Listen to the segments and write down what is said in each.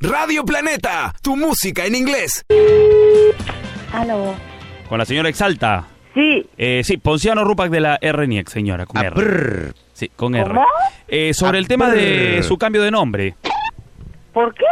Radio Planeta, tu música en inglés. Aló. Con la señora Exalta. Sí. Eh, sí, Ponciano Rupac de la RNIEC, señora, con R. Sí, con R. ¿Cómo? Eh, sobre el tema de su cambio de nombre. ¿Por qué?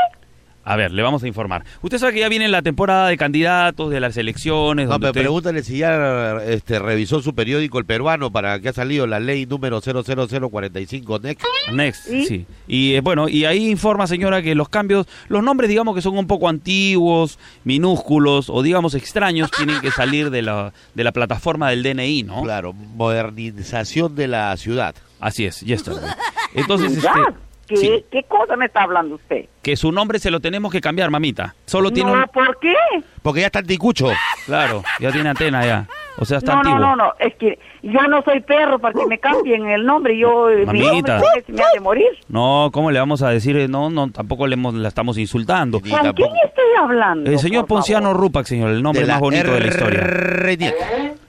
A ver, le vamos a informar. Usted sabe que ya viene la temporada de candidatos, de las elecciones. No, pero donde usted- pregúntale si ya este, revisó su periódico El Peruano para que ha salido la ley número 00045 NEC. Next, ¿Y? sí. Y eh, bueno, y ahí informa, señora, que los cambios, los nombres, digamos que son un poco antiguos, minúsculos o digamos extraños, tienen que salir de la, de la plataforma del DNI, ¿no? Claro, modernización de la ciudad. Así es, yesterday. Entonces, este, Ya, ¿Qué, sí, ¿Qué cosa me está hablando usted? que su nombre se lo tenemos que cambiar, mamita. Solo tiene no, un. ¿por qué? Porque ya está anticucho. Claro, ya tiene antena ya. O sea, está No, no, antiguo. no, no, es que yo no soy perro para que me cambien el nombre, yo eh, mi nombre Mamita. ustedes me ha de morir. No, ¿cómo le vamos a decir? No, no, tampoco le hemos- la estamos insultando. Ni ¿Con tampoco- quién estoy hablando? El señor por favor? Ponciano Rupac, señor, el nombre de más bonito de la historia. RNIEC.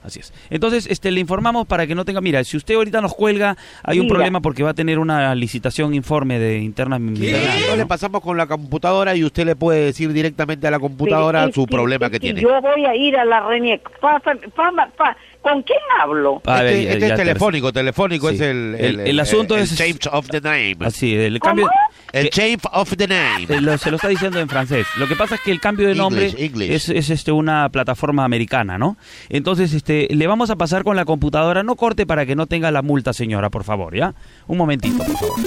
Así es. Entonces, este, le informamos para que no tenga. Mira, si usted ahorita nos cuelga, hay un Mira. problema porque va a tener una licitación informe de internas minerales, Nosotros ¿no? le pasamos con la computadora y usted le puede decir directamente a la computadora Pero es su problema es que tiene. Este, Yo voy a ir a la RENIEC. Pásame- pa- pa- ¿Con quién hablo? Ah, A ver, Este, ya- este ya es te- telefónico, telefónico Sí. es el... El- el asunto el es- change of the name. Así, el cambio. El que- change of the name. Eh, lo- se lo está diciendo en francés. Lo que pasa es que el cambio de nombre English, English. es, es, este una plataforma americana, ¿no? Entonces, este, le vamos a pasar con la computadora. No corte para que no tenga la multa, señora, por favor, ¿ya? Un momentito, por favor.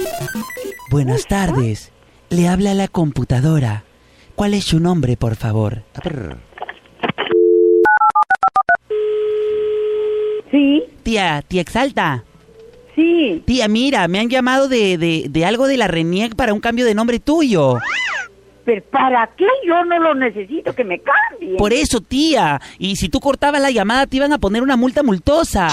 Buenas tardes. Le habla la computadora. ¿Cuál es su nombre, por favor? Sí, Tía, tía Exalta. sí. Tía, mira, me han llamado de, de, de algo de la RENIEC para un cambio de nombre tuyo. Pero ¿para qué yo no lo necesito que me cambien? Por eso, tía. Y si tú cortabas la llamada, te iban a poner una multa multosa.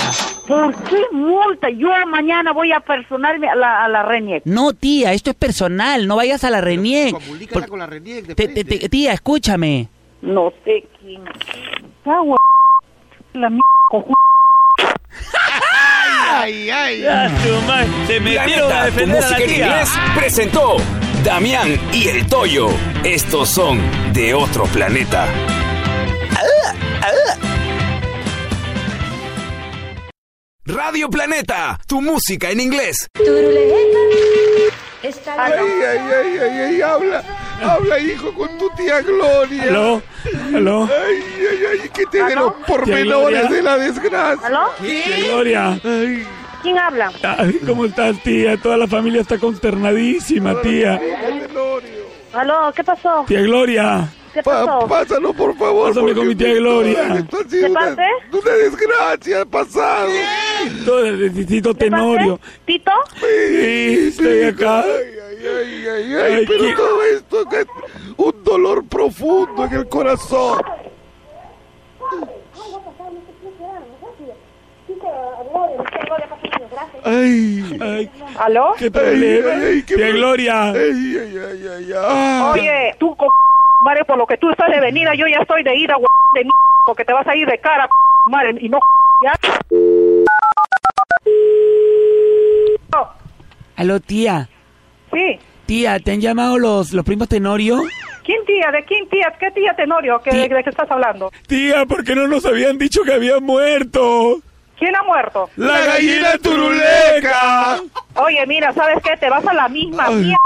¿Por qué multa? Yo mañana voy a personarme a la, a la RENIEC. No, tía, esto es personal. No vayas a la RENIEC. Por- con la RENIEC de te- te- te- tía, escúchame. No sé quién. Está guap- La mierda cojuda. Ay, ay. Se metieron a Planeta, tu defender a la música en tía. inglés presentó Damián y el Toyo. Estos son de otro planeta. Radio Planeta, tu música en inglés. Turuleta. Está loca. ay, ay, ay, ay, habla, habla, hijo, con tu tía Gloria. ¿Aló? ¿Aló? Ay, ay, ay, que te den los Gloria? pormenores de la desgracia. ¿Aló? Tía Gloria. Ay, ¿Quién habla? Ay, ¿Cómo estás, tía? Toda la familia está consternadísima, tía. qué velorio. ¿Aló? ¿Qué pasó? Tía Gloria. ¿Qué Pa- pasó? pásalo, por favor. Pásame con mi tía Gloria. Esto ha sido ¿De una, parte? una desgracia el pasado. Todo el Tito ¿Qué pasó? Tenorio. ¿Tito? Sí, estoy acá. Ay, ay, ay, ay, ay, Ay, pero qué- todo esto que- un dolor profundo en el corazón. Pues, Ay, Ay, ¿Aló? qué ay, problema. ay, qué Tía pro- Gloria. Ah, ay, ay, ay, ay, ay. Oye, tú, co madre, por lo que tú estás de venida, yo ya estoy de ida, gua- de mierda, porque te vas a ir de cara, madre, y no, ya. Oh, Aló, tía. Sí. Tía, ¿te han llamado los, los primos Tenorio? ¿Quién tía? ¿De quién tía? ¿Qué tía Tenorio? ¿Qué, Tía- ¿De qué estás hablando? Tía, ¿por qué no nos habían dicho que había muerto? ¿Quién ha muerto? La gallina turuleca. Oye, mira, ¿sabes qué? Te vas a la misma mierda.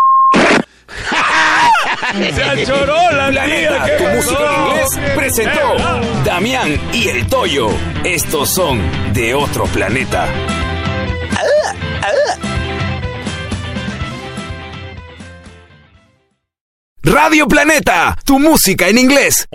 Se achoró la tía. Planeta, ¿qué tu pasó? música en inglés presentó Damián y el Toyo. Estos son de otro planeta. Radio Planeta, tu música en inglés.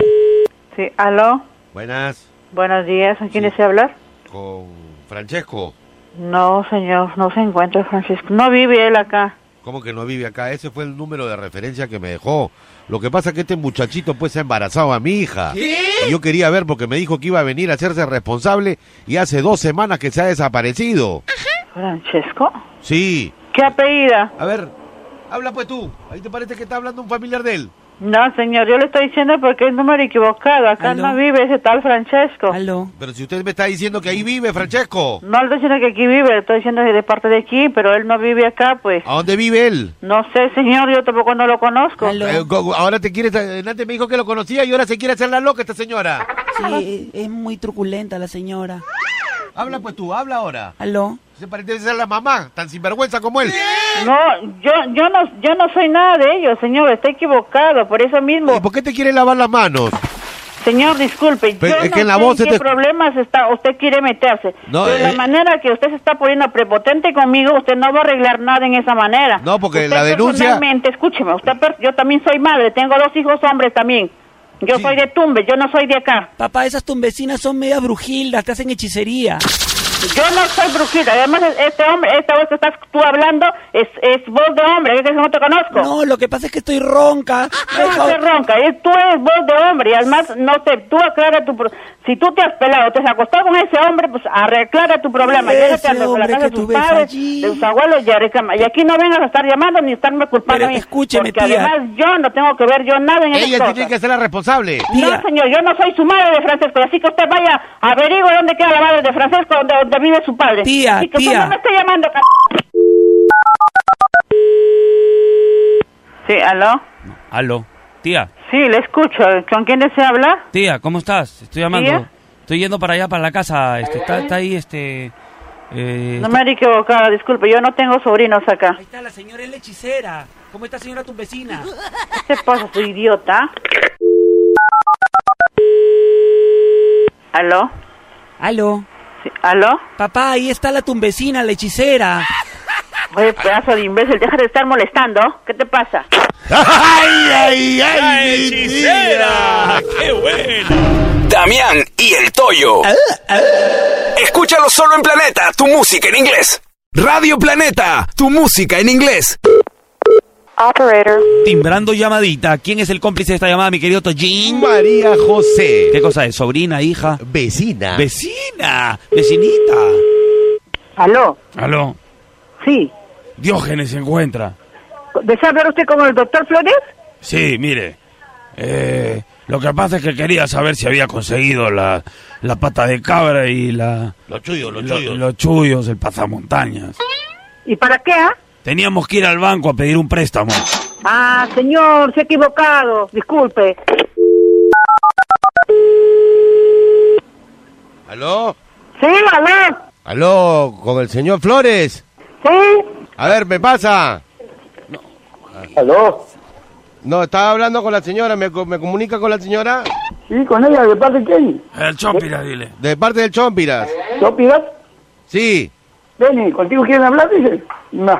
Sí, aló. Buenas, Buenos días. ¿Con quién desea hablar? con Francesco. No, señor, no se encuentra Francisco. No vive él acá. ¿Cómo que no vive acá? Ese fue el número de referencia que me dejó. Lo que pasa es que este muchachito pues se ha embarazado a mi hija. Y yo quería ver porque me dijo que iba a venir a hacerse responsable y hace dos semanas que se ha desaparecido. Ah. ¿Francesco? Sí. ¿Qué apellida? A ver, habla pues tú. Ahí te parece que está hablando un familiar de él. No, señor, yo le estoy diciendo porque es número equivocado. Acá Aló. no vive ese tal Francesco. Aló. Pero si usted me está diciendo que ahí vive, Francesco. No le estoy diciendo que aquí vive, le estoy diciendo que de parte de aquí, pero él no vive acá, pues. ¿A dónde vive él? No sé, señor, yo tampoco no lo conozco. Aló. Eh, go- ahora te quiere... Antes me dijo que lo conocía y ahora se quiere hacer la loca esta señora. Sí, es muy truculenta la señora. Habla pues tú, habla ahora. Aló. Se parece ser la mamá, tan sinvergüenza como él. No, yo, yo no, yo no soy nada de ellos, señor, está equivocado, por eso mismo. ¿Y por qué te quiere lavar las manos? Señor, disculpe, Pero yo es no que en la sé voz se en qué te- problemas está, usted quiere meterse. No, de la eh, manera que usted se está poniendo prepotente conmigo, usted no va a arreglar nada en esa manera. No, porque Usted la denuncia- personalmente, escúcheme, usted, per- yo también soy madre, tengo dos hijos hombres también. Yo Sí. soy de Tumbe, yo no soy de acá. Papá, esas tumbecinas son media brujildas, te hacen hechicería. Yo no soy brujita, además este hombre, esta voz que estás tú hablando es, es voz de hombre, es que no te conozco. No, lo que pasa es que estoy ronca. Me ha No dejado- se ronca, eh, tú eres voz de hombre y además, no sé, tú aclara tu... pro- Si tú te has pelado, te has acostado con ese hombre, pues arre- aclara tu problema. Ese Llévate a la- a la hombre casa de que tus tú ves padres, allí. de tus abuelos y a reclama. Y aquí no vengas a estar llamando ni estarme culpando Pero a mí, escúcheme, porque tía. además yo no tengo que ver yo nada en esas Ella cosas. tiene que ser la responsable. Tía. No, señor, yo no soy su madre de Francesco, así que usted vaya, averigüe dónde queda la madre de Francesco, donde, donde vive su padre. Tía, así que usted tía. no me esté llamando, c- Sí, aló. Aló. Tía, Sí, le escucho. ¿Con quién desea hablar? tía, ¿cómo estás? Estoy llamando. Tía. Estoy yendo para allá, para la casa. Este, está, está ahí, este... eh, No me he equivocado, disculpe, yo no tengo sobrinos acá. Ahí está, la señora es la hechicera. ¿Cómo está, señora tumbecina? ¿Qué te pasa, tu idiota? ¿Aló? Aló. Sí, ¿Aló? Papá, ahí está la tumbecina, la hechicera. Oye, pedazo de imbécil, deja de estar molestando. ¿Qué te pasa? ¡Ay, ay, ¡La ay! mi hechicera! ¡Qué bueno! Damián y el Toyo. Escúchalo solo en Planeta, tu música en inglés. Radio Planeta, tu música en inglés. Operator. Timbrando llamadita. ¿Quién es el cómplice de esta llamada, mi querido Toyin? María José, ¿Qué cosa es? ¿Sobrina, hija? vecina. ¡Vecina! ¡Vecinita! ¿Aló? Aló. Sí. Diógenes se encuentra. ¿Desea hablar usted con el doctor Flores? Sí, mire. Eh, lo que pasa es que quería saber si había conseguido la, la pata de cabra y la, Lo chuyo, lo lo- chuyo. los chuyos, el pasamontañas. ¿Y para qué, ah? Teníamos que ir al banco a pedir un préstamo. Ah, señor, se ha equivocado. Disculpe. ¿Aló? Sí, aló. ¿Aló? ¿Con el señor Flores? Sí. A ver, me pasa. ¿Aló? No, estaba hablando con la señora. ¿Me, co- me comunica con la señora? Sí, con ella, ¿de parte de quién? El chompira, dile. De parte del Chompiras. ¿Yo, Pirat? Sí. Vení, eh, ¿contigo quieren hablar? Dice. No.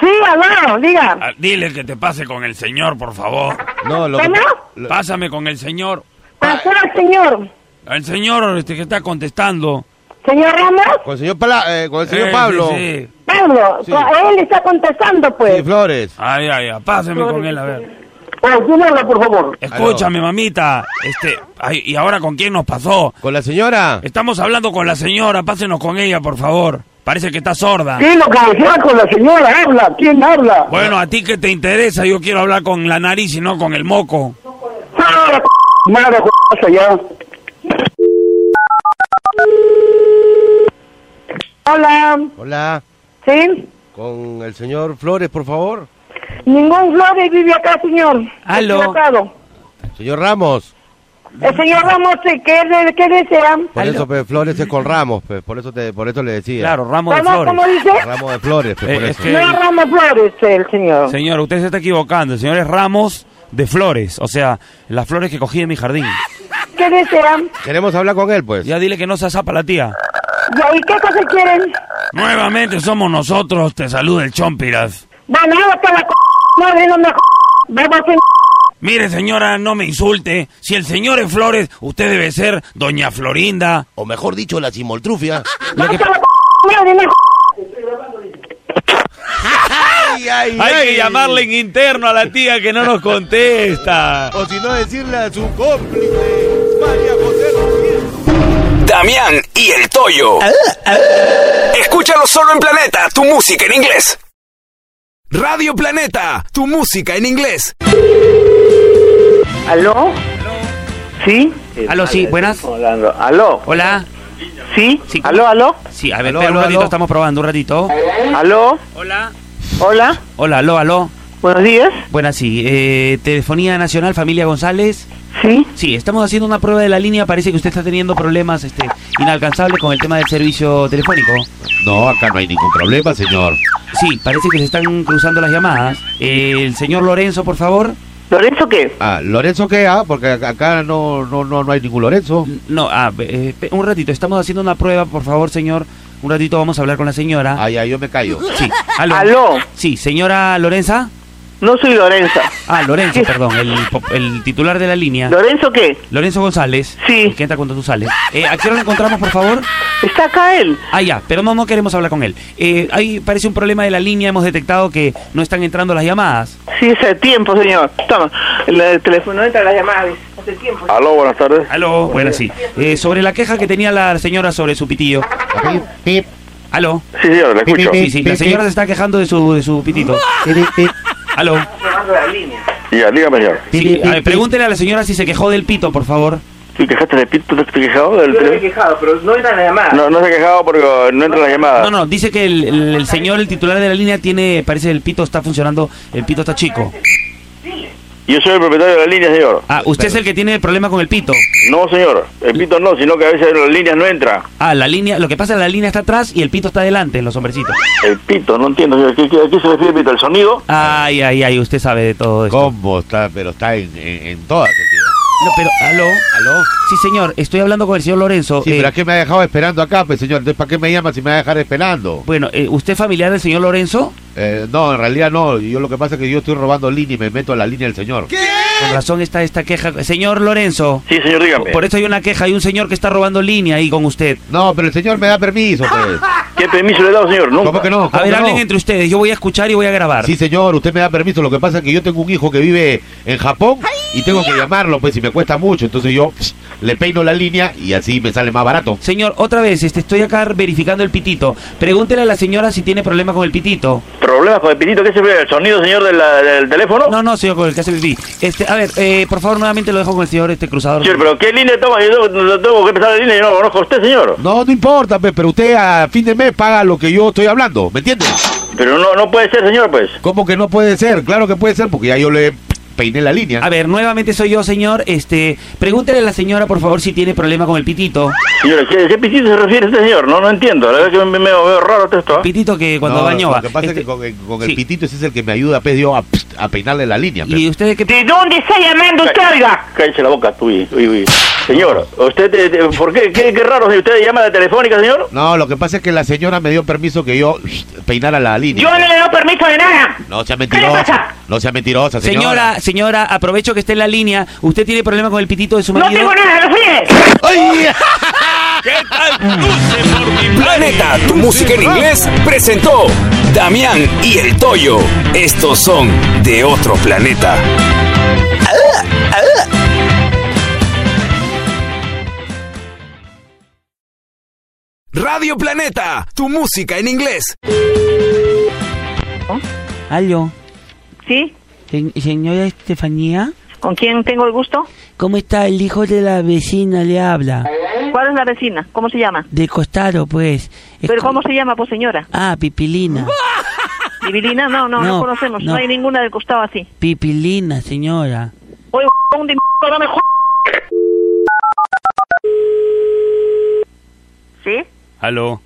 Sí, aló, diga. Ah, dile que te pase con el señor, por favor. No, lo que... ¿Bueno? lo- Pásame con el señor. Pasó, señor. El señor este que está contestando. Señor Ramos. Con el señor, Pala- eh, con el señor Eh, Pablo. sí, sí. Pablo, Sí. él está contestando, Sí, pues. Flores. Ay, ay, ay, pásame con él, a ver. Ah, Oye, ¿quién habla, por favor? Eh. Escúchame, mamita. Este, ay, ¿y ahora con quién nos pasó? ¿Con la señora? Estamos hablando con la señora, pásenos con ella, por favor. Parece que está sorda. Sí, lo que decía con la señora, habla. ¿Quién habla? Bueno, a ti que te interesa, yo quiero hablar con la nariz y no con el moco. Ah, Nada, c- nada, c- ya. Hola, Hola. ¿sí? ¿Con el señor Flores, por favor? Ningún Flores vive acá, señor. Aló. Equivocado. Señor Ramos. El señor Ramos, ¿qué, qué, qué desea? Por Aló. eso, pe, Flores es con Ramos. pe, por, eso te, por eso le decía. Claro, ramo de ¿Cómo, flores. cómo dice? Ramos de Flores, pe, Eh, por es eso. que- No, Ramos Flores, el señor. Señor, usted se está equivocando. El señor es ramos de flores. O sea, las flores que cogí de mi jardín. ¿Qué desea? Queremos hablar con él, pues. Ya dile que no se asapa la tía. ¿Y qué cosa quieren? Nuevamente somos nosotros. Te saluda el chompiras. Bueno, hágate la c... madre, no me c... Vamos a Mire, señora, no me insulte. Si el señor es flores, usted debe ser doña Florinda. O mejor dicho, la simoltrufia. Lo que- hágate la c... madre, no ay, ay, Hay que ay. llamarle en interno a la tía que no nos contesta. O si no, decirle a su cómplice, María José Rodríguez. Damián y el Toyo. Escúchalo solo en Planeta, tu música en inglés. Radio Planeta, tu música en inglés. ¿Aló? ¿Sí? Aló, sí, buenas. Hablando. ¿Aló? Hola. ¿Sí? Sí. ¿Aló, aló? Sí, a ver, Aló, espera un aló, ratito, aló. estamos probando un ratito. ¿Aló? Hola. ¿Hola? Hola, aló, aló. ¿Buenos días? Buenas, sí. eh, Telefonía Nacional, Familia González. ¿Sí? Sí, estamos haciendo una prueba de la línea. Parece que usted está teniendo problemas este, inalcanzables con el tema del servicio telefónico. No, acá no hay ningún problema, señor. Sí, parece que se están cruzando las llamadas. Eh, el señor Lorenzo, por favor. ¿Lorenzo qué? Ah, ¿Lorenzo qué? Ah, porque ac- acá no, no, no, no hay ningún Lorenzo. No, ah, eh, espe- un ratito, estamos haciendo una prueba, por favor, señor. Un ratito vamos a hablar con la señora. Ay, ay, yo me callo. Sí, ¿Aló? Sí, señora Lorenza. No soy Lorenzo. Ah, Lorenzo, Sí. perdón, el, pop- el titular de la línea. ¿Lorenzo qué? Lorenzo González. Sí. el Que entra cuando tú sales. Eh, ¿A qué hora lo encontramos, por favor? ¿Está acá él? Ah, ya, pero no, no queremos hablar con él. Eh, ahí parece un problema de la línea, hemos detectado que no están entrando las llamadas. Sí, hace tiempo, señor. Toma, el, el teléfono entra las llamadas. Hace tiempo. Aló, buenas tardes. Aló, bueno, sí. Eh, sobre la queja que tenía la señora sobre su pitillo. Pip, pip, Aló. Sí, señor, le escucho. Sí, sí, la señora se está quejando de su, de su pitito. pip, pip. Aló. Ya, dígame, señor. Sí, a ver, pregúntele a la señora si se quejó del pito, por favor. ¿Tú quejaste de Pito? ¿Te has quejado del teléfono? quejado, pero no entra la llamada. No, no se ha quejado porque no entra la llamada. No, no, dice que el, el- el señor, el titular de la línea, tiene, parece el pito está funcionando, el pito está chico. Yo soy el propietario de la línea, señor. Ah, usted es el que tiene el problema con el pito. No, señor. El Pito no, sino que a veces las líneas no entran. Ah, la línea, lo que pasa es que la línea está atrás y el pito está adelante en los hombrecitos. El Pito, no entiendo, señor. ¿Qué, qué- a qué se refiere el Pito? ¿El sonido? Ay, ay, ay, usted sabe de todo esto. Combo está, pero está en, en, en todas, el tío. No, pero, aló. ¿Aló? Sí, señor, estoy hablando con el señor Lorenzo. Sí, Eh, pero ¿a qué me ha dejado esperando acá, pues, señor? Entonces, ¿para qué me llama si me va a dejar esperando? Bueno, eh, ¿usted es familiar del señor Lorenzo? Eh, no, en realidad no. Yo lo que pasa es que yo estoy robando línea y me meto a la línea del señor. Con razón está esta queja. Señor Lorenzo, Sí, señor, dígame. por eso hay una queja, hay un señor que está robando línea ahí con usted. No, pero el señor me da permiso, pues. ¿Qué permiso le he dado, señor? Nunca. ¿Cómo que no? ¿Cómo A ver, que no? hablen entre ustedes, yo voy a escuchar y voy a grabar. Sí, señor, usted me da permiso. Lo que pasa es que yo tengo un hijo que vive en Japón y tengo que llamarlo, pues, y me cuesta mucho. Entonces yo psh, le peino la línea y así me sale más barato. Señor, otra vez, este, estoy acá verificando el pitito. Pregúntele a la señora si tiene problema con el pitito. ¿Problemas con el Pitito? ¿Qué se refiere? ¿El sonido, señor, de la- del teléfono? No, no, señor, con el que hace el pipí. Este, a ver, eh, por favor, nuevamente lo dejo con el señor este cruzador. Señor, pero ¿qué línea toma? Yo no- no tengo que empezar la línea, yo no lo conozco a usted, señor. No, no importa, pues, pero usted a fin de mes paga lo que yo estoy hablando, ¿me entiende? Pero no, no puede ser, señor, pues. ¿Cómo que no puede ser? Claro que puede ser, porque ya yo le peiné la línea. A ver, nuevamente soy yo, señor. Este, pregúntele a la señora, por favor, si tiene problema con el pitito. Señora, ¿qué, qué pitito se refiere este señor? No, no entiendo. La verdad que me, me veo raro este esto. ¿ah? Pitito que cuando No, bañó va. Lo que pasa Este, es que con, el- con el sí. pitito ese es el que me ayuda, pues, yo a, pst, a peinarle la línea. pues. ¿Y usted qué ¿De dónde está llamando usted, oiga? Cállese la boca, tú. y- uy, uy. Señor, ¿usted eh, eh, por qué, qué? qué raro si usted llama a la telefónica, señor? No, lo que pasa es que la señora me dio permiso que yo pst, peinara la línea. Yo no le doy permiso de nada. No sea ¿Qué le mentirosa. pasa? No sea mentirosa, señora. Señora, señora, aprovecho que esté en la línea. ¿Usted tiene problema con el pitito de su No marido? tengo nada, lo sigue. ¡Ay! Planeta, tu música en inglés, presentó Damián y el Toyo. Estos son de otro planeta. Radio Planeta, tu música en inglés. Aló, ¿Sí? se- señora Estefanía. ¿Con quién tengo el gusto? ¿Cómo está? El hijo de la vecina le habla. ¿Cuál es la vecina? ¿Cómo se llama? De costado, pues. Es ¿Pero co- cómo se llama, pues, señora? Ah, Pipilina. ¿Divilina? No, no, no, No, conocemos. No. no. hay ninguna del costado así. Pipilina, señora. Oye, un de m****, dame j- ¿Sí? Aló.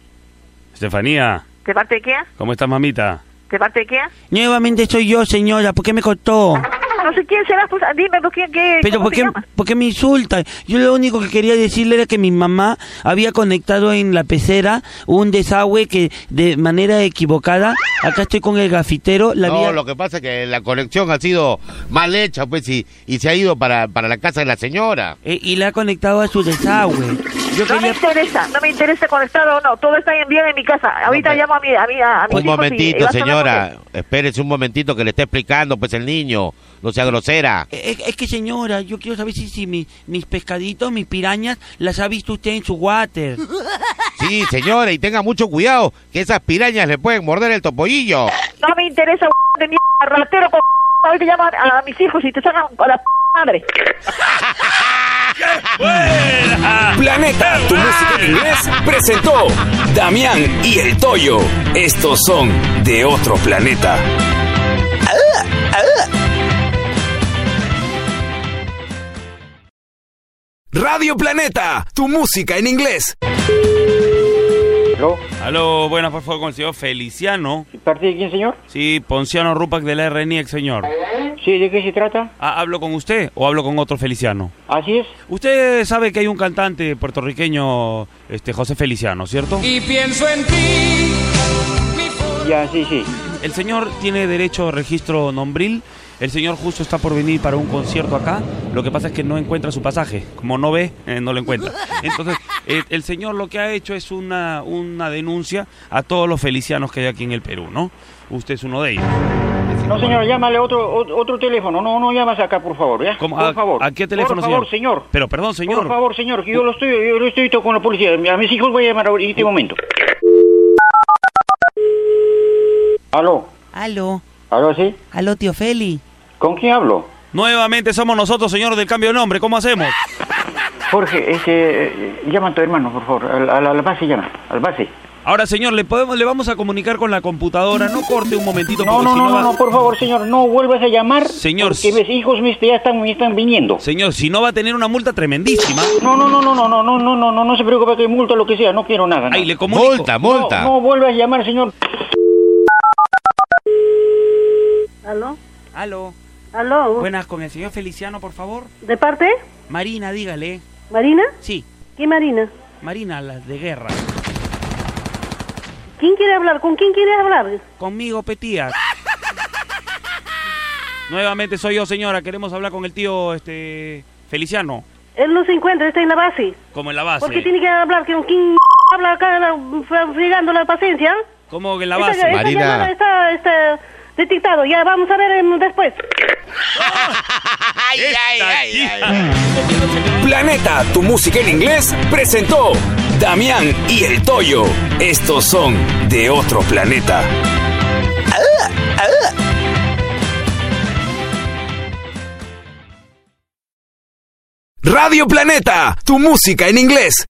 Estefanía, ¿De parte de qué? ¿cómo estás, mamita? ¿De parte de qué? Nuevamente soy yo, señora. ¿Por qué me cortó? No sé quién será, pues, dime, pues, ¿quién, qué, Pero cómo ¿por se qué, llama? ¿por qué me insulta? Yo lo único que quería decirle era que mi mamá había conectado en la pecera un desagüe que de manera equivocada, acá estoy con el grafitero, la No, había- lo que pasa es que la conexión ha sido mal hecha, pues, y, y se ha ido para, para la casa de la señora. eh, y la ha conectado a su desagüe. Yo No me quería... interesa, no me interesa conectado o no, todo está en bien en mi casa. Ahorita pero- llamo a mi a, mi, a, a mis Un hijos y- y momentito, vas a hablar con señora. Espérese un momentito que le está explicando, pues, el niño. No no sea grosera. Es, es que señora, yo quiero saber si, si mi- mis pescaditos, mis pirañas, las ha visto usted en su water. Sí, señora, y tenga mucho cuidado, que esas pirañas le pueden morder el topollillo. No me interesa, de mierda, ratero, con Hoy te llaman a mis hijos y te sacan a la p- madre. Planeta, tu música en inglés, presentó Damián y el Toyo. Estos son de otro planeta. Radio Planeta, tu música en inglés. ¿No? Aló, buenas, por favor, con el señor Feliciano. ¿Parte de quién, señor? Sí, Ponciano Rupac de la RNIEC, señor. Sí, ¿de qué se trata? Ah, ¿Hablo con usted o hablo con otro Feliciano? Así es. Usted sabe que hay un cantante puertorriqueño, este José Feliciano, ¿cierto? Ya, sí, sí. El señor tiene derecho a registro nombril. El señor justo está por venir para un concierto acá. Lo que pasa es que no encuentra su pasaje. Como no ve, eh, no lo encuentra. Entonces, eh, el señor lo que ha hecho es una, una denuncia a todos los felicianos que hay aquí en el Perú, ¿no? Usted es uno de ellos. No, señor, llámale a otro, o- otro teléfono. No, no llamas acá, por favor, ¿ya? ¿Cómo? Por ¿A, favor. a qué teléfono, Por favor, señor. Pero perdón, señor. Por favor, señor, que yo lo estoy, yo lo estoy to- con la policía. A mis hijos voy a llamar ahorita en este momento. Aló, Aló, aló, sí. aló, tío Feli. ¿Con quién hablo? Nuevamente somos nosotros, señor, del cambio de nombre. ¿Cómo hacemos? Jorge, este, eh, llama a tu hermano, por favor. Al, al, al base llama, al base. Ahora, señor, le podemos, le vamos a comunicar con la computadora. No corte un momentito No, porque no, Pues si no, no va- no, no, por favor, señor, no vuelvas a llamar. Señor, Que mis hijos mis ya están, ya están viniendo. Señor, si no va a tener una multa tremendísima. No, no, no, no, no, no, no, no, no, no, no se preocupe que multa lo que sea, no quiero nada. no. Ahí le comunico. Multa, multa. No, no vuelvas a llamar, señor. ¿Aló? Aló, ¿Aló? buenas, con el señor Feliciano, por favor. ¿De parte? Marina, dígale. ¿Marina? Sí, ¿Qué Marina? Marina, las de guerra. ¿Quién quiere hablar? ¿Con quién quiere hablar? Conmigo, Petías. Nuevamente soy yo, señora. Queremos hablar con el tío este Feliciano, Él no se encuentra, está en la base. como en la ¿Por qué base. tiene que hablar? ¿Con quién habla acá la- fre- fregando la paciencia? Como que en la Esa- base. esa Marina. llamada está, está detectado. Ya, vamos a ver em, después. Planeta, tu música en inglés, presentó Damián y el Toyo. Estos son de otro planeta. Radio Planeta, tu música en inglés.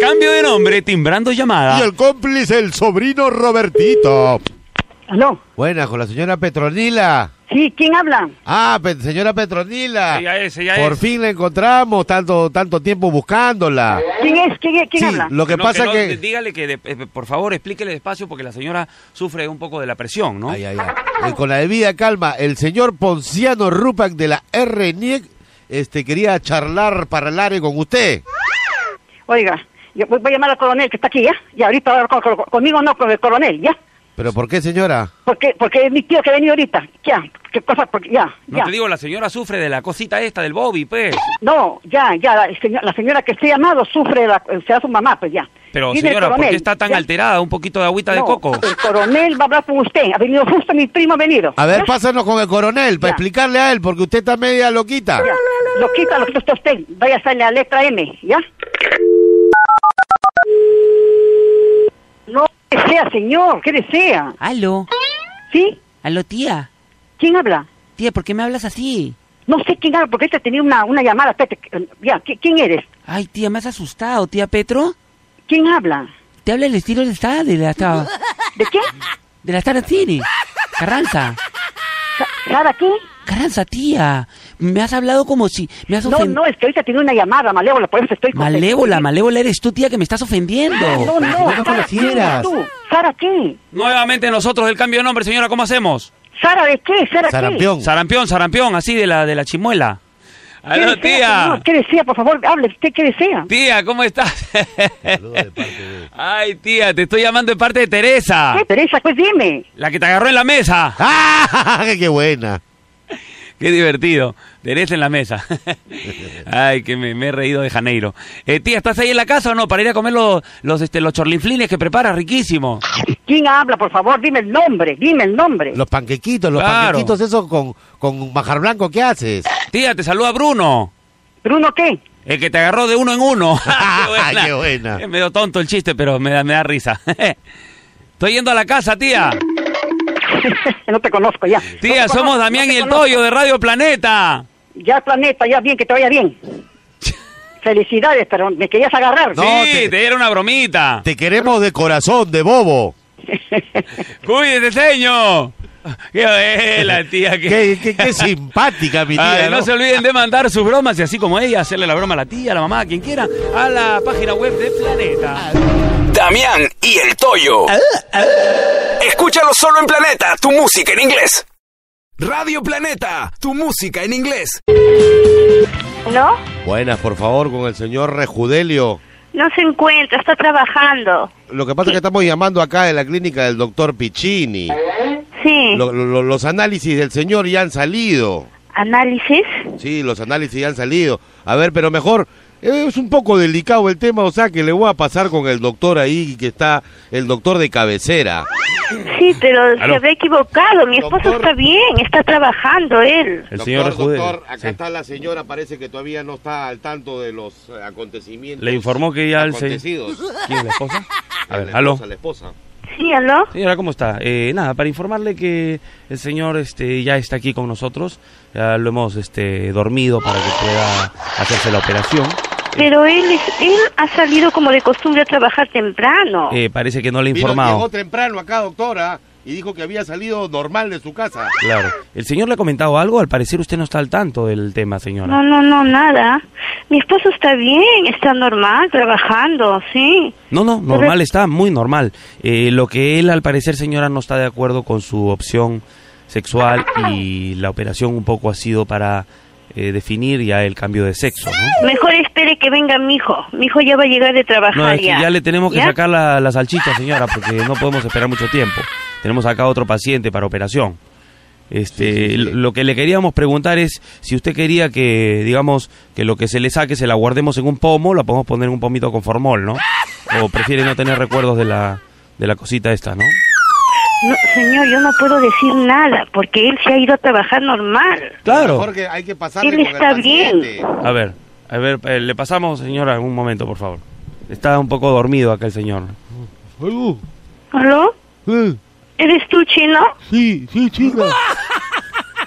Cambio de nombre, timbrando Y llamada. el cómplice, el sobrino Robertito. ¿Aló? Buenas, con la señora Petronila. Sí, ¿quién habla? Ah, pe- señora Petronila. Ella es, ella Por es. fin la encontramos, tanto, tanto tiempo buscándola. ¿Quién es? ¿Quién, es? Sí, lo que No, pasa no, que... Dígale que, de- eh, por favor, explíquele despacio porque la señora sufre un poco de la presión, ¿no? Ay, ay, ay. Eh, con la debida calma, el señor Ponciano Rupac de la RNIEC este, quería charlar, parlar con usted. Oiga, yo voy voy a llamar al coronel que está aquí, ¿ya? Y ahorita va a hablar con- con- conmigo no, con el coronel, ¿ya? ¿Pero por qué, señora? Porque, porque es mi tío que ha venido ahorita. Ya, qué cosa, porque ya, No ya. te digo, la señora sufre de la cosita esta del Bobby, pues. No, ya, ya, la, seño- la señora que esté llamado sufre, la, será su mamá, pues ya. Pero Viene el señora, ¿por qué coronel, está tan ¿ya? alterada? Un poquito de agüita de No, coco. El coronel va a hablar con usted. Ha venido justo mi primo, ha venido. A ver, ¿Ya? pásanos con el coronel para Ya. explicarle a él, porque usted está media loquita. Ya, Lo quita, lo quita usted, usted. Vaya a estar en la letra M, ¿ya? No, ¿qué desea, señor? ¿Qué desea? Aló, ¿Sí? aló, tía. ¿Quién habla? Tía, ¿por qué me hablas así? No sé quién habla, porque este tenía una, una llamada. espérate, eh, Ya, ¿qui- ¿quién eres? Ay, tía, me has asustado, tía Petro. ¿Quién habla? Te habla el estilo de esta, de la esta- ¿De qué? de la Star Cine. Carranza. ¿Sara qué? Carranza, tía. Me has hablado como si me has No, ofendido. no, es que ahorita tenía una llamada malévola, por eso estoy... con- malévola, malévola eres tú, tía, que me estás ofendiendo. No, No no, me Sara, ¿quién eres conocieras. tú? ¿Sara qué? Nuevamente nosotros del cambio de nombre, señora, ¿cómo hacemos? ¿Sara de qué? ¿Sara qué? Sarampión. Sarampión, sarampión, así de la de la chimuela. ¿Qué Aló, desea, tía. señor? ¿Qué desea? Por favor, hable. ¿Usted qué desea? Tía, ¿cómo estás? Saludos de parte de- Ay, tía, te estoy llamando de parte de Teresa, ¿Qué, Teresa? Pues dime. la que te agarró en la mesa. ¡Ah! ¡Qué buena! Qué divertido. Teresa en la mesa. Ay, que me, me he reído de Janeiro. Eh, tía, ¿estás ahí en la casa o no? Para ir a comer los, los, este, los chorlinflines que preparas, riquísimo. ¿Quién habla, por favor? Dime el nombre, dime el nombre. Los panquequitos, los Claro. panquequitos esos con, con majar blanco, ¿qué haces? Tía, te saluda Bruno. ¿Bruno qué? El que te agarró de uno en uno. Qué buena. Es medio tonto el chiste, pero me da, me da risa. Estoy yendo a la casa, tía. no te conozco ya. No Tía, te somos conozco, Damián no te y el conozco. Toyo de Radio Planeta. Ya, planeta, ya bien, que te vaya bien. Felicidades, pero me querías agarrar. No, sí, te- te... dieron una bromita. Te queremos de corazón, de bobo. Cuídese, señor. Qué la tía. Que... Qué, qué- qué simpática, mi tía. Ay, no, se olviden de mandar sus bromas y así como ella, hacerle la broma a la tía, a la mamá, a quien quiera, a la página web de Planeta. Damián y el Toyo. Escúchalo solo en Planeta, tu música en inglés. Radio Planeta, tu música en inglés. ¿No? Buenas, por favor, con el señor Rejudelio. No se encuentra, está trabajando. Lo que pasa es que estamos llamando acá de la clínica del doctor Piccini. Sí. Lo- lo- lo- los análisis del señor ya han salido. ¿Análisis? Sí, los análisis ya han salido. A ver, pero mejor, eh, es un poco delicado el tema, o sea que le voy a pasar con el doctor ahí, que está el doctor de cabecera. Sí, pero Aló. se habrá equivocado. Mi esposo Doctor. está bien, está trabajando él. El señor Rejudelio, sí. está la señora, parece que todavía no está al tanto de los eh, acontecimientos. Le informó que ya el se- ¿Quién es la esposa? A ver, aló. la esposa. Sí, ¿aló? Señora, ¿cómo está? Eh, nada, para informarle que el señor este, ya está aquí con nosotros. Ya lo hemos este, dormido para que pueda hacerse la operación. Pero él, es- él ha salido como de costumbre a trabajar temprano. Eh, parece que no le ha Vino- informado. llegó temprano acá, doctora, y dijo que había salido normal de su casa. Claro. ¿El señor le ha comentado algo? Al parecer usted no está al tanto del tema, señora. No, no, no, nada. Mi esposo está bien, está normal, trabajando, sí. No, no, normal está, muy normal. Eh, lo que él, al parecer, señora, no está de acuerdo con su opción sexual y la operación un poco ha sido para eh, definir ya el cambio de sexo. ¿no? Mejor espere que venga mi hijo. Mi hijo ya va a llegar de trabajar No, es que ya. ya le tenemos que ¿Ya? sacar la, la salchicha, señora, porque no podemos esperar mucho tiempo. Tenemos acá otro paciente para operación. Este, Sí, sí, sí. lo- lo que le queríamos preguntar es si usted quería que, digamos, que lo que se le saque se la guardemos en un pomo, la podemos poner en un pomito con formol, ¿no? O prefiere no tener recuerdos de la, de la cosita esta, ¿no? No, señor, yo no puedo decir nada porque él se ha ido a trabajar normal. Mejor Claro. que hay que pasarle Él con el está bien. paciente. A ver, a ver, eh, le pasamos, señora, un momento, por favor. Está un poco dormido acá el señor. ¿Aló? ¿Eres tú chino? Sí, sí, chica.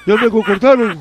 Ya me concordaron.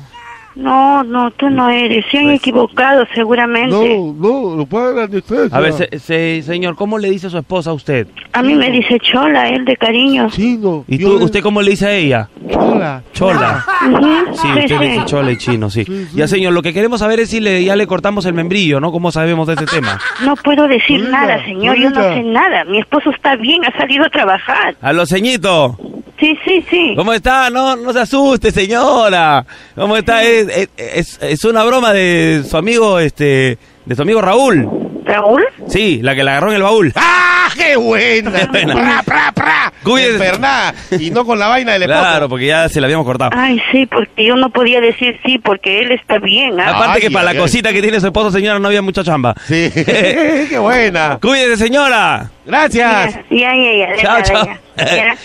No, no, tú no eres. Se han equivocado seguramente. no, lo pagan ustedes. A ver, se- se- señor, ¿cómo le dice su esposa a usted? A mí me dice chola, él de cariño. Chino. ¿Y tú, usted cómo le dice a ella? Hola. Chola. Ujú, Sí, usted le dice chola y chino, sí. Ya, señor, lo que queremos saber es si le, ya le cortamos el membrillo, ¿no? ¿Cómo sabemos de este tema? No puedo decir Lolita, nada, señor. Yo no Lolita. sé nada. Mi esposo está bien, ha salido a trabajar. A los ceñito. Sí, sí, sí. ¿Cómo está? No, no se asuste, señora. ¿Cómo está? Es, es- es- es una broma de su amigo, este, de su amigo Raúl. ¿Raúl? Sí, la que la agarró en el baúl. ¡Ah, qué buena! buena. ¡Pra, pra, pra! Cuídese. Enferná, Y no con la vaina del esposo. Claro, porque ya se la habíamos cortado. Ay, sí, porque yo no podía decir sí porque él está bien. ¿ah? Aparte que Ay, para ay, la cosita que tiene su esposo, señora, no había mucha chamba. Sí. ¡Qué buena! Cuídese, señora. Gracias. Ya, ya, ya. de Chao, nada, chao. ya. Ya.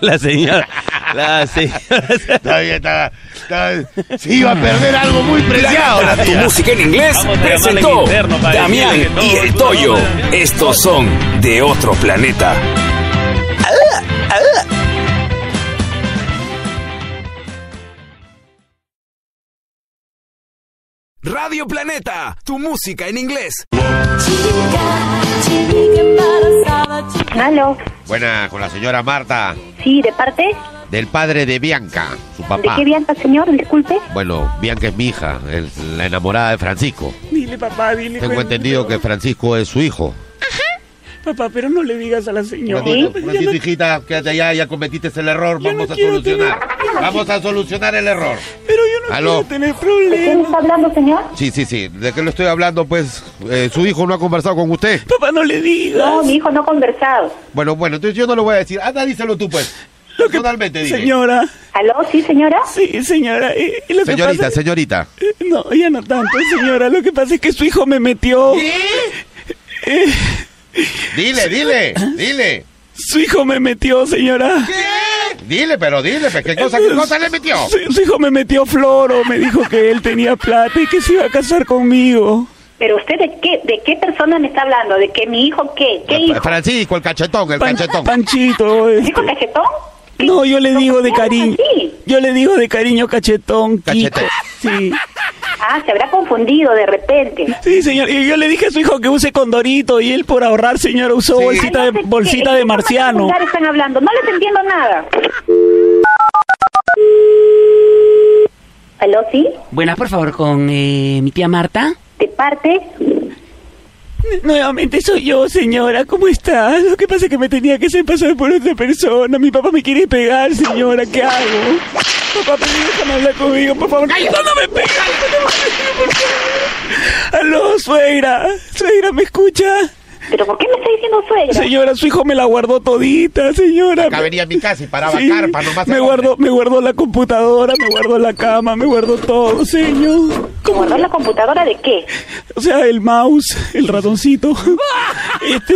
La señora. La señora. Todavía estaba, estaba- Se iba a perder algo muy preciado. la Planeta, tu tía. música en inglés Vamos a llamarle presentó interno para Damián decirle que y todo el el mundo Toyo. habla de Damián. Estos son de otro planeta. Radio Planeta, tu música en inglés. Aló. Buena, con la señora Marta, Sí, ¿de parte? del padre de Bianca, su ¿De papá. qué Bianca, señor? Disculpe. Bueno, Bianca es mi hija, es la enamorada de Francisco. Dile, papá, dile. Tengo cuéntame. entendido que Francisco es su hijo. Papá, pero no le digas a la señora. Francisco, Yo Francisco, no- hijita, quédate allá, ya cometiste el error, Yo no vamos a quiero solucionar. Vamos a solucionar el error. pero yo no Aló. quiero ¿De tener quién problemas. está hablando, señor? Sí, sí, sí, ¿de qué le estoy hablando? Pues eh, su hijo no ha conversado con usted. Papá, no le digas. Ah. No, mi hijo no ha conversado. Bueno, bueno, entonces yo no lo voy a decir. Anda, Ah, díselo tú, pues. Totalmente, dime. Señora. ¿Aló? ¿Sí, señora? Sí, señora. Y, y lo que Señorita, pasa, señorita. No, ya no tanto, señora. Lo que pasa es que su hijo me metió. Dile, dile, dile. Su hijo me metió, señora. Dile, pero dile, pues, ¿qué cosa, qué cosa le metió? Su, su hijo me metió floro. Me dijo que él tenía plata y que se iba a casar conmigo. ¿Pero usted de qué, de qué persona me está hablando? ¿De que mi hijo qué? ¿Qué hijo? Francisco, el cachetón, el Pan- cachetón. Panchito. ¿Hijo este. cachetón? No, yo le digo de ¿Cómo cariño. así? Yo le digo de cariño cachetón, Kiko. Cachetón. Sí. Ah, se habrá confundido de repente. Sí, señor. Y yo le dije a su hijo que use condorito y él por ahorrar, señor, usó Sí. bolsita de No sé bolsita qué- de qué forma marciano. vulgar están hablando? No les entiendo nada. ¿Aló, sí? Buenas, por favor, con eh, mi tía Marta. ¿De parte? Nuevamente soy yo, señora. ¿Cómo estás? Lo que pasa es que me tenía que hacer pasar por otra persona. Mi papá me quiere pegar, señora. ¿Qué hago? Papá, pero déjame hablar conmigo, por favor. ¡No, no me pegas! no me pegues, por favor. Aló, suegra. Suegra, ¿me escucha? ¿Pero por qué me está diciendo suegra? Señora, su hijo me la guardó todita, señora. Acá venía a mi casa y paraba Sí, carpa nomás. me guardó, me guardó la computadora, me guardó la cama, me guardó todo, señor. ¿Cómo ¿Guardó la computadora de qué? O sea, el mouse, el ratoncito. Este,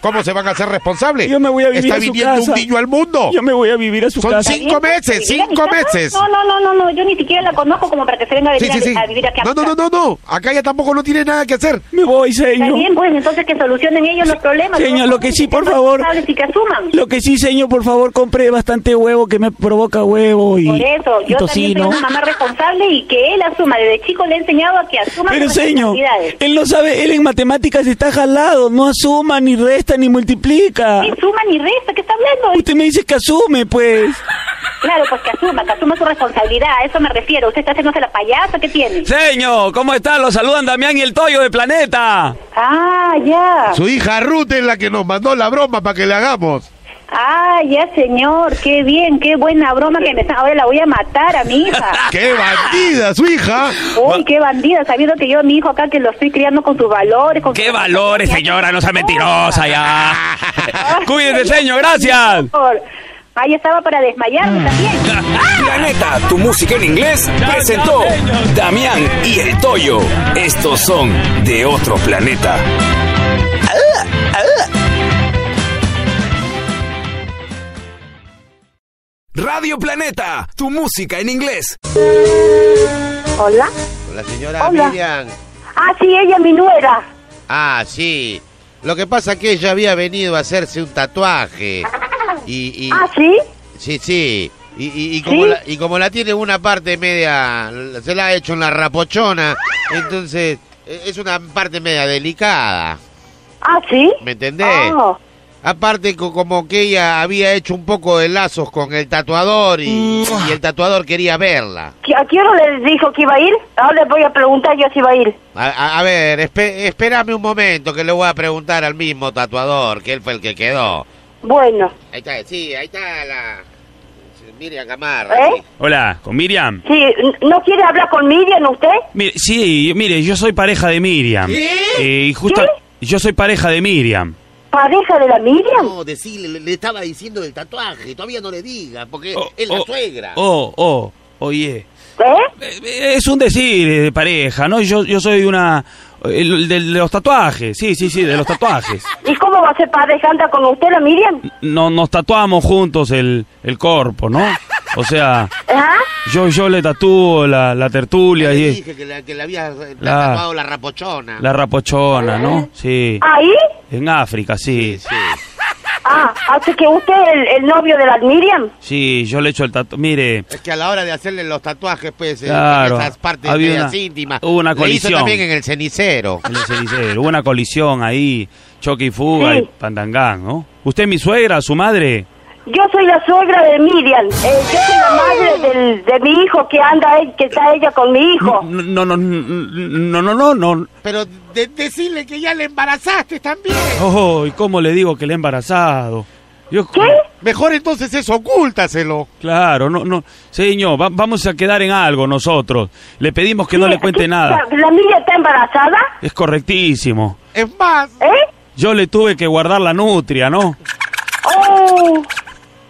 ¿Cómo se van a hacer responsables? yo me voy a vivir Está a su viniendo casa. un niño al mundo. Yo me voy a vivir a su Son casa. cinco- meses, ¿Vivir a mi cinco casa? meses. No, no, no, no, no, yo ni siquiera la conozco como para que se venga a Sí, venir sí, a- sí. a, vivir aquí a No, mi no, no, casa. no, no. Acá ya tampoco no tiene nada que hacer. Me voy, Está señor. bien, pues entonces que solucionen ellos los problemas. Señor, ¿no? lo que sí, por sean favor. responsables Y que asuman. Lo que sí, señor, por favor, compre bastante huevo que me provoca huevo y, Por eso, y yo también soy tocino. una mamá responsable y que él asuma. Desde chico le he enseñado a que asuma Pero, sus señor, responsabilidades. él no sabe, él en matemáticas está jalado, no asuma, ni resta, ni multiplica. ah. Ni suma ni resta, ¿qué está hablando? Usted me dice que asume, pues. Claro, pues que asuma, que asuma su responsabilidad, a eso me refiero. Usted está haciéndose la payasa, ¿qué tiene? Señor, ¿cómo están? Los saludan Damián y el Toyo de Planeta. Ah, ya. Su hija Ruth es la que nos mandó la broma para que le hagamos. Ah, ya, señor, qué bien, qué buena broma que me está. Ahora la voy a matar a mi hija. ¡Qué bandida, su hija! Uy, qué bandida, sabiendo que yo a mi hijo acá que lo estoy criando con sus valores. Con ¡Qué sus- valores, señora! No sea mentirosa ya. Cuídese, señor. Gracias. Por- Ahí estaba para desmayarme también. Planeta, tu música en inglés presentó Damián y el Toyo. Estos son de otro planeta. Radio Planeta, tu música en inglés. Hola. La señora Hola. Miriam. Ah, sí, ella, mi nuera. Ah, sí. Lo que pasa es que ella había venido a hacerse un tatuaje. Y, y- Ah, sí. sí, sí. Y, y- y como ¿Sí? La, y como la tiene una parte media, l- se la ha hecho en la rapochona, entonces e- es una parte media delicada. Ah, sí. ¿Me entendés? Ah. Aparte, co- como que ella había hecho un poco de lazos con el tatuador y, y el tatuador quería verla. ¿Qui- ¿A qué hora les dijo que iba a ir? Ahora les voy a preguntar yo si iba a ir. A, a- a ver, espe- espérame un momento que le voy a preguntar al mismo tatuador, que él fue el que quedó. Bueno, Ahí está, sí, ahí está la... Miriam Gamarra. ¿eh? Hola, con Miriam. Sí, n- ¿no quiere hablar con Miriam usted? Mire, sí, mire, yo soy pareja de Miriam. Eh, y justo yo soy pareja de Miriam. ¿Pareja de la Miriam? No, decirle, le, le estaba diciendo del tatuaje, todavía no le diga, porque Oh, es la oh, suegra. Oh, oh, oye. ¿Eh? Eh, eh, Es un decir eh, de pareja, ¿no? Yo, yo soy una... el- de, de los tatuajes, sí, sí, sí, de los tatuajes. ¿Y cómo va a ser pareja anda con usted la Miriam? No, nos tatuamos juntos el, el cuerpo, ¿no? O sea, ¿Ah? yo, yo le tatúo la, la tertulia Le y dije que la, que le había eh, La- tatuado la rapochona. la rapochona, ¿no? Sí. ¿Ahí? En África, sí. Ah, así que usted es el, el novio de la Miriam. Sí, yo le echo el tatuaje. Mire, Es que a la hora de hacerle los tatuajes, pues, eh, Claro, esas partes había medias una- íntimas, hubo una le hizo colisión. también en el cenicero. en el cenicero, hubo una colisión ahí, choque y fuga Sí. y pandangán, ¿no? ¿Usted es mi suegra, su madre? Yo soy la suegra de Miriam. Eh, yo soy la madre del- de mi hijo que anda, eh, que está ella con mi Oh. hijo. No, no, no, no, no, no, no. Pero de- decirle que ya le embarazaste también. Oh, ¿y cómo le digo que le he embarazado? Yo, ¿Qué? Mejor entonces eso, ocúltaselo. Claro, no, no. Señor, va- vamos a quedar en algo nosotros. Le pedimos que no le cuente ¿Qué? nada. ¿La, la Miriam está embarazada? Es correctísimo. Es más, ¿Eh? Yo le tuve que guardar la nutria, ¿no?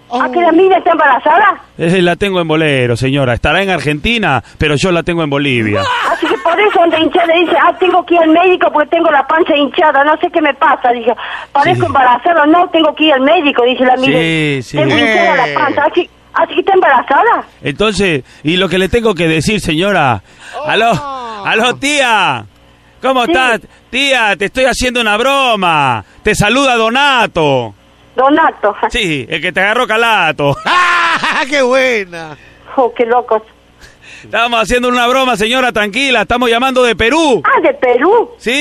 Oh, ¿Ah, que la mía está embarazada? Eh, La tengo en bolero, señora. Estará en Argentina, pero yo la tengo en Bolivia. Así que Ah, por eso anda hinchada y dice, ah, tengo que ir al médico porque tengo la panza hinchada, no sé qué me pasa. Dice, parezco embarazada, no, tengo que ir al médico, dice la mía. Sí, sí. Tengo hinchada la panza, Ah, así, así que está embarazada. Entonces, y lo que le tengo que decir, señora. Aló, aló, tía. ¿Cómo Sí. estás? Tía, te estoy haciendo una broma. Te saluda Donato. Donato. Sí, el que te agarró calato. ¡Ah, ¡Qué buena! Oh, qué locos. Estamos haciendo una broma, señora, tranquila. Estamos llamando de Perú. Ah, de Perú. Sí,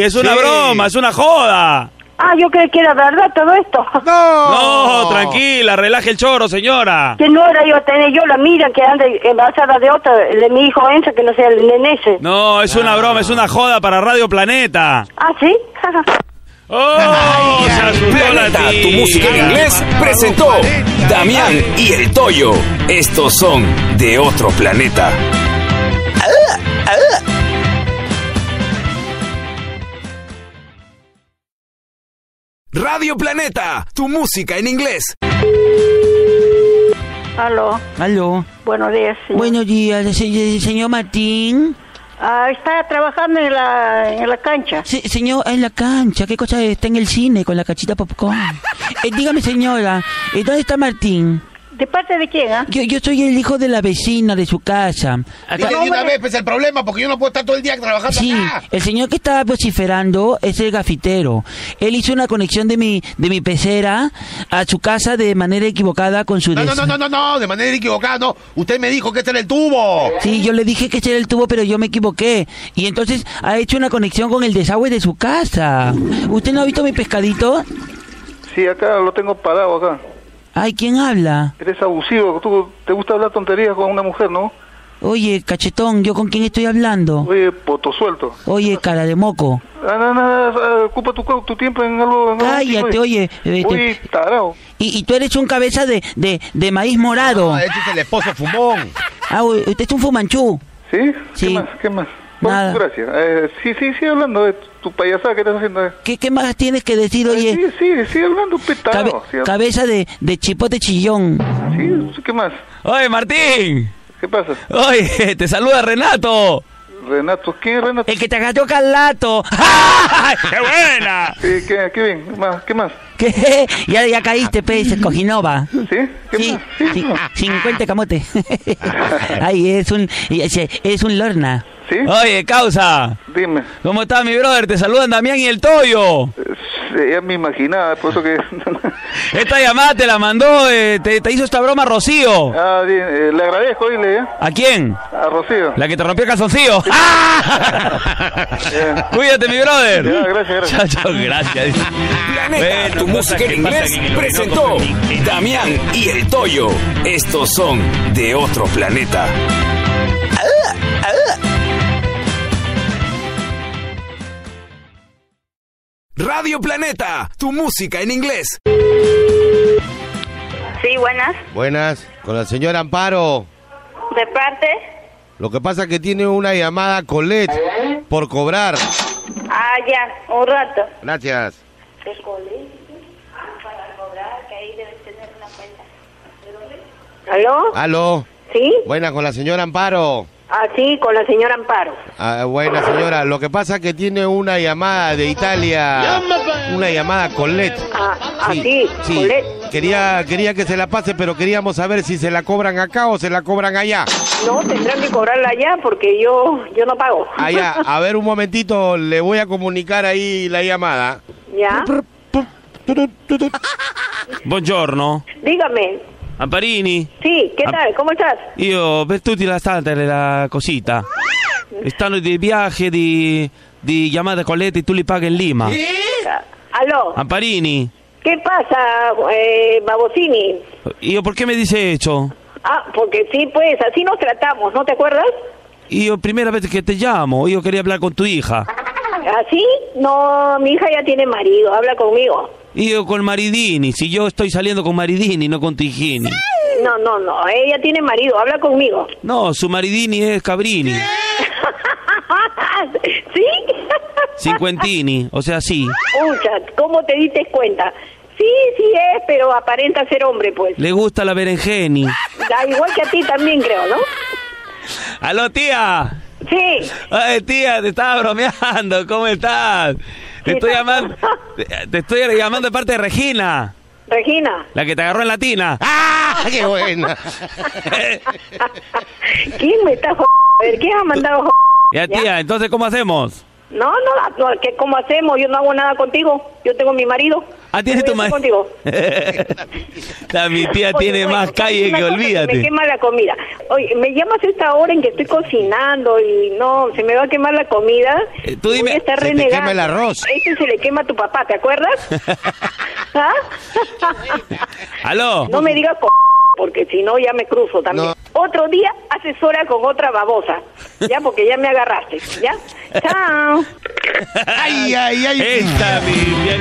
es una Sí. broma, es una joda. Ah, yo creí que era verdad todo esto. No, tranquila, relaje el choro, señora. Que no era yo a tener yo la mira que eh, anda embarazada de otra, de mi hijo Enzo, que no sea el nene ese. No, es Ah. una broma, es una joda para Radio Planeta. Ah, ¿sí? ¡Oh! Se asustó la Planeta, tu música en tía. inglés presentó Damián y el Toyo. Estos son de otro planeta. Radio Planeta, tu música en inglés. Aló, Aló. buenos días. Buenos días, se- señor Martín. Ah, está trabajando en la, en la cancha. Se- señor, en la cancha, ¿qué cosa es? está en el cine con la cachita popcorn? Eh, dígame, señora, ¿eh, ¿dónde está Martín? ¿De parte de quién, ah? Yo, yo soy el hijo de la vecina de su casa. Acá- Dile de una vez, pues el problema, porque yo no puedo estar todo el día trabajando Sí, acá. el señor que estaba vociferando es el gafitero. Él hizo una conexión de mi, de mi pecera a su casa de manera equivocada con su No, no, des- no, no, no, no, de manera equivocada, no. Usted me dijo que este era el tubo. Sí, yo le dije que ese era el tubo, pero yo me equivoqué. Y entonces ha hecho una conexión con el desagüe de su casa. ¿Usted no ha visto mi pescadito? Sí, acá lo tengo parado acá. Ay, ¿quién habla? Eres abusivo, tú te gusta hablar tonterías con una mujer, ¿no? Oye, cachetón, ¿yo con quién estoy hablando? Oye, poto suelto. Oye, cara de moco. Ah, no, no, no, ah, ocupa tu, co- tu tiempo en algo... en algo Cállate, chico, oye. eh, Oye, te- tarao. Y, y tú eres un cabeza de, de, de maíz morado. Ah, este ese es el esposo fumón. Ah, uy, usted es un fumanchú. ¿Sí? Sí. ¿Qué más? ¿Qué más? Bueno, Nada. gracias. Eh, sí, sí, sí, hablando de tu payasada que estás haciendo. eh. ¿Qué, qué más tienes que decir, oye? Sí, sí, sí, hablando, pues, petado. Cabe- cabeza de, de chipote chillón. Sí, ¿qué más? Oye, Martín. ¿Qué pasa? Oye, te saluda Renato. Renato, ¿quién es Renato? El que te agarró calato. ¡Qué buena! Sí, Eh, qué, qué bien. Más, ¿Qué más? ¿Qué? Ya, ya caíste, pez, cojinova. ¿Sí? ¿Qué sí, sí, 50 camote. Ay, es un, es un lorna. Oye, causa. Dime. ¿Cómo estás, mi brother? Te saludan Damián y el Toyo. Sí, Eh, ya me imaginaba, por eso que... Esta llamada te la mandó, eh, te, te hizo esta broma Rocío. ah, bien, eh, le agradezco, oíle, ¿eh? ¿A quién? A Rocío. La que te rompió el calzoncillo. Ah, Ya. Cuídate, mi brother. Ya, gracias, gracias. Chao, chao, gracias. Planeta, Bueno, tu cosas música en que pasan inglés en el presentó Damián y el Toyo. Estos son de otro planeta. Radio Planeta, tu música en inglés. Sí, buenas. Buenas, con la señora Amparo. ¿De parte? Lo que pasa es que tiene una llamada Colette por cobrar. Ah, ya, un rato. Gracias. ¿De colegio? Para cobrar, que ahí debes tener una cuenta. ¿Aló? Aló. ¿Sí? Buenas, con la señora Amparo. Ah, sí, con la señora Amparo. Ah, buena señora, lo que pasa es que tiene una llamada de Italia, una llamada Colette. Ah, ah sí, Sí, Colette. quería quería que se la pase, pero queríamos saber si se la cobran acá o se la cobran allá. No, tendrán que cobrarla ya porque yo yo no pago. Allá, a ver un momentito, le voy a comunicar ahí la llamada. ¿Ya? Buongiorno. Dígame. Amparini. Sí, ¿qué Ah. tal? ¿Cómo estás? Io per tutti la santa la cosita. Stanno di viaje di, di chiamata Colletti e tu li paghi in Lima. Ah, Aló, Amparini, ¿qué pasa, eh, Babosini? io perché mi dice ciò? Ah, porque sí, pues, así nos tratamos, ¿no te acuerdas? Io prima vez che te llamo, io quería hablar con tu hija. ¿Así? No, mi hija ya tiene marido, habla conmigo. Io con Maridini, si io sto saliendo con Maridini, no con Tijini. No, no, no, ella tiene marido, habla conmigo. No, su Maridini es Cabrini, ¿Sí? Cinquentini, o sea, sí. Pucha, ¿cómo te diste cuenta? Sí, sí es, pero aparenta ser hombre, pues. Le gusta la berenjeni. Da igual que a ti también, creo, ¿no? ¡Aló, tía! Sí. Ay, tía, te estaba bromeando. ¿Cómo estás? Te estoy llamando, te, te estoy llamando de parte de Regina, Regina. la que te agarró en la tina. ¡Ah, qué buena! ¿Quién me está jodiendo? A ver, ¿quién ha mandado jod- Ya, tía, entonces, ¿cómo hacemos? No, no, no, ¿qué, ¿cómo hacemos? Yo no hago nada contigo. Yo tengo mi marido. Ah, tienes Yo tu voy a ma- estar contigo. La, mi tía Oye, tiene bueno, más calle una que cosa Me olvídate. quema la comida. Oye, me llamas a esta hora en que estoy cocinando y no, se me va a quemar la comida. Eh, tú dime, Voy a estar se te renegando. quema el arroz. Este se le quema a tu papá, ¿te acuerdas? ¿Ah? ¡Aló! No me digas co- porque si no ya me cruzo también. Otro día haces hora con otra babosa, ya porque ya me agarraste, ya. Chao. ¡Ay, ay, ay! Esta,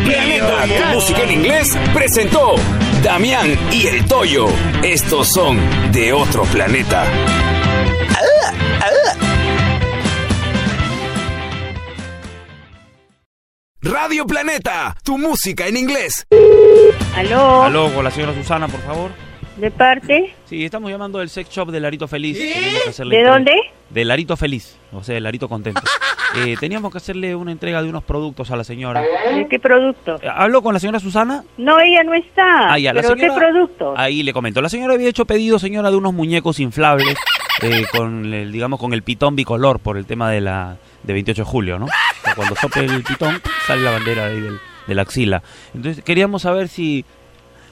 Planeta, tu música en inglés, presentó Damián y el Toyo. Estos son de otro planeta. Radio Planeta, tu música en inglés. Aló, Aló, con la señora Susana, por favor. de parte. Sí, estamos llamando del sex shop de Larito Feliz. Teníamos que hacerle ¿De entrega- dónde? De Larito Feliz, o sea, de Larito Contento. Eh, teníamos que hacerle una entrega de unos productos a la señora. ¿De qué producto? ¿Hablo con la señora Susana? No, ella no está. Ah, ya, la ¿Pero señora- qué producto? Ahí le comento. La señora había hecho pedido, señora, de unos muñecos inflables eh, con, el, digamos, con el pitón bicolor por el tema de la de 28 de julio, ¿no? O sea, cuando sope el pitón sale la bandera ahí del- de la axila. Entonces queríamos saber si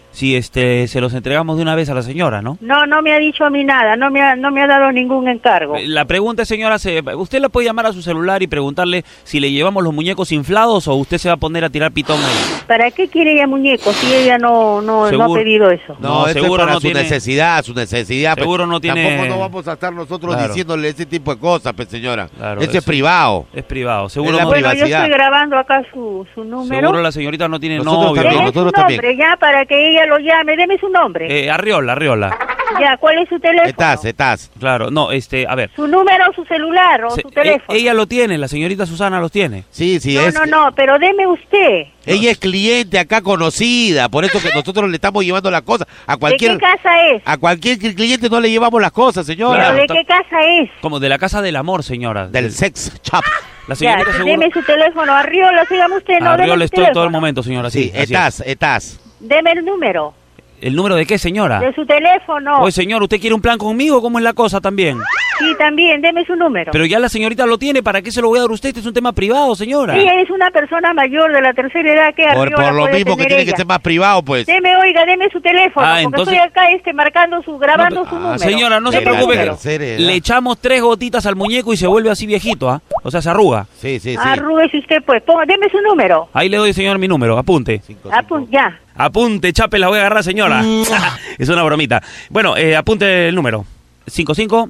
si este se los entregamos de una vez a la señora, ¿no? No, no me ha dicho a mí nada, no me ha, no me ha dado ningún encargo. Eh, La pregunta, señora, se- usted la puede llamar a su celular y preguntarle si le llevamos los muñecos inflados o usted se va a poner a tirar pitón ahí. ¿Para qué quiere ella muñecos si ella no, no, no ha Seguro. pedido eso? No, No, eso seguro es para no su tiene- necesidad, su necesidad. pues. Seguro no tiene- Tampoco no vamos a estar nosotros Claro. diciéndole ese tipo de cosas, pues, señora. Claro, Ese es eso- privado. Es privado, seguro Es la no- Bueno, yo privacidad. estoy grabando acá su, su número. Seguro la señorita Eh, no tiene Nosotros novio. también, ¿no? nosotros Su nombre, Eh, ya, para que ella lo llame. Deme su nombre. Eh, Arriola, Arriola. Ya, ¿cuál es su teléfono? Estás, estás. Claro, no, este, a ver. Su número, su celular o Se- su teléfono. e- ella lo tiene, la señorita Susana los tiene. Sí, sí, no, eh, es. no, no, pero deme usted. Ella es cliente acá conocida, por eso que nosotros le estamos llevando las cosas. A ¿De cualquier qué casa es? a cualquier cl- cliente no le llevamos las cosas, señora. ¿Pero de qué casa es? Como de la casa del amor, señora. Del sex shop. La Ya, señorita seguro. deme su teléfono. Arriola, sígame usted. No, deme Arriola su estoy teléfono. todo el momento, señora. Sí, estás, estás. Deme el número. ¿El número de qué, señora? De su teléfono. Oye, señor, ¿usted quiere un plan conmigo? ¿Cómo es la cosa también? Sí, también, deme su número. Pero ya la señorita lo tiene, ¿para qué se lo voy a dar a usted? Este es un tema privado, señora. Ella es una persona mayor de la tercera edad que Por, Arriola por lo puede mismo que tener tiene que ella. ser más privado, pues. Deme, oiga, deme su teléfono, Ah, porque entonces- estoy acá este, marcando su, grabando su número. Ah, señora, no se Deme el preocupe. número. Tercera edad. Le echamos tres gotitas al muñeco y se vuelve así viejito, ¿ah? O sea, se arruga. Sí, sí, Arrúguese usted, pues. Ponga, deme su número. Ahí le doy, señor, mi número. Apunte. Ah, pues, ya. Apunte, chape, la voy a agarrar, señora. es una bromita. Bueno, eh, apunte el número. 55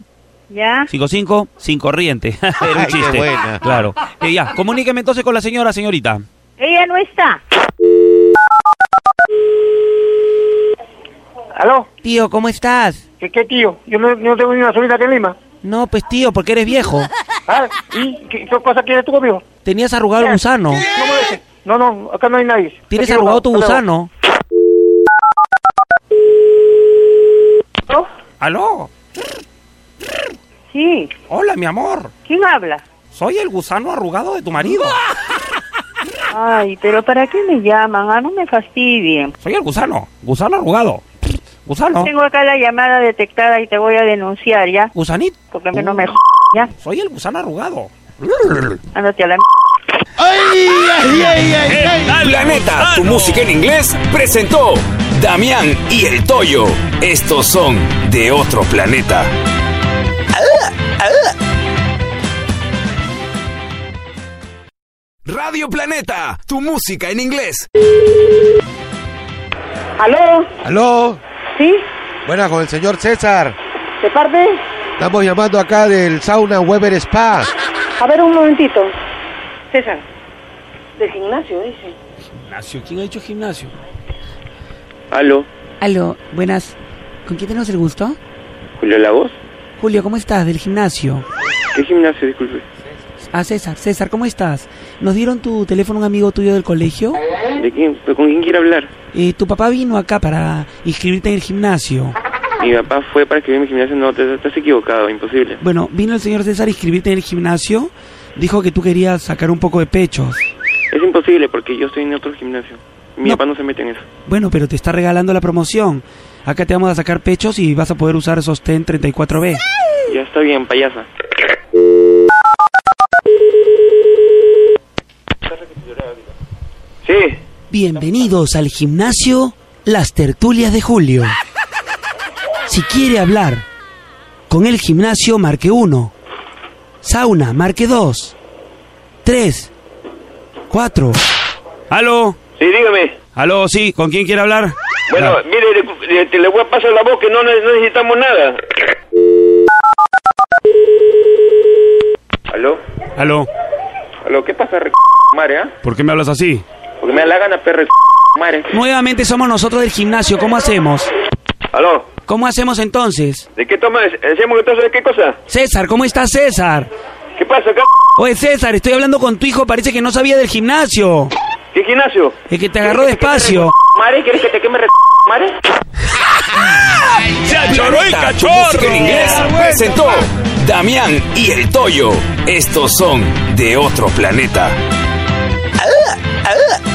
Ya. 55 sin corriente. Era un Ay, qué chiste. buena. Claro. Eh, ya, comuníqueme entonces con la señora, señorita. Ella no está. ¿Aló? Tío, ¿cómo estás? ¿Qué, qué tío? Yo no, yo no tengo ni una solita aquí en Lima. No, pues tío, porque eres viejo. ¿Ah? ¿Y qué, qué cosa quieres tú conmigo? Tenías arrugado el gusano. No molestes. No, no, acá no hay nadie. Tienes Aquí arrugado no, tu hasta luego. gusano. ¿Aló? Sí. Hola, mi amor. ¿Quién habla? Soy el gusano arrugado de tu marido. ¡Ah! Ay, pero ¿para qué me llaman? Ah, no me fastidien. Soy el Ah, gusano. Gusano arrugado. Gusano. Tengo acá la llamada detectada y te voy a denunciar, ¿ya? Gusanito. Porque no me... j- ¿Ya? Oh. Soy el gusano arrugado. Ándate a la... m- ¡Ay, ay, ay, ay, ay! Ah, Planeta, tu música en inglés, presentó Damián y el Toyo. Estos son de otro planeta. Radio Planeta, tu música en inglés. ¿Aló? ¿Aló? Sí. Buena, con el señor César. ¿De parte? Estamos llamando acá del sauna Weber Spa. A ver un momentito. César. Del gimnasio, dice. Gimnasio, ¿quién ha dicho gimnasio? Aló, Aló, buenas. ¿Con quién tenemos el gusto? Julio Lagos. Julio, ¿cómo estás? Del gimnasio. ¿Qué gimnasio? Disculpe. Ah, César, César, ¿cómo estás? ¿Nos dieron tu teléfono a un amigo tuyo del colegio? ¿De quién? ¿Con quién quiere hablar? eh, tu papá vino acá para inscribirte en el gimnasio. Mi papá fue para escribir mi gimnasio. No, te, estás equivocado, imposible. Bueno, vino el señor César a inscribirte en el gimnasio. Dijo que tú querías sacar un poco de pechos. Es imposible porque yo estoy en otro gimnasio. Mi papá no se mete en eso. Bueno, pero te está regalando la promoción. Acá te vamos a sacar pechos y vas a poder usar sostén 34B. Ya está bien, payasa. Sí. Bienvenidos al gimnasio Las Tertulias de Julio. Si quiere hablar con el gimnasio, marque 1. Sauna, marque 2. 3. 4. ¿Aló? Sí, dígame. ¿Aló? Sí, ¿con quién quiere hablar? Bueno, Claro. mire, le, le- te le voy a pasar la voz que no, ne- no necesitamos nada. ¿Aló? ¿Aló? ¿Aló? ¿Qué pasa, re... mare, ah? ¿Por qué me hablas así? Porque me da la gana, perro, mare. Nuevamente somos nosotros del gimnasio. ¿Cómo hacemos? ¿Aló? ¿Cómo hacemos entonces? ¿De qué toma? ¿Hacemos entonces de qué cosa? César, ¿cómo estás, César? ¿Qué pasa acá? Oye, César, estoy hablando con tu hijo. Parece que no sabía del gimnasio. ¿Qué gimnasio? El que te agarró despacio. Mare, ¿quieres que te queme, re... mare? ¡Ya lloró el cachorro! En inglés presentó Damián y el Toyo. Estos son de otro planeta. Ah, ah.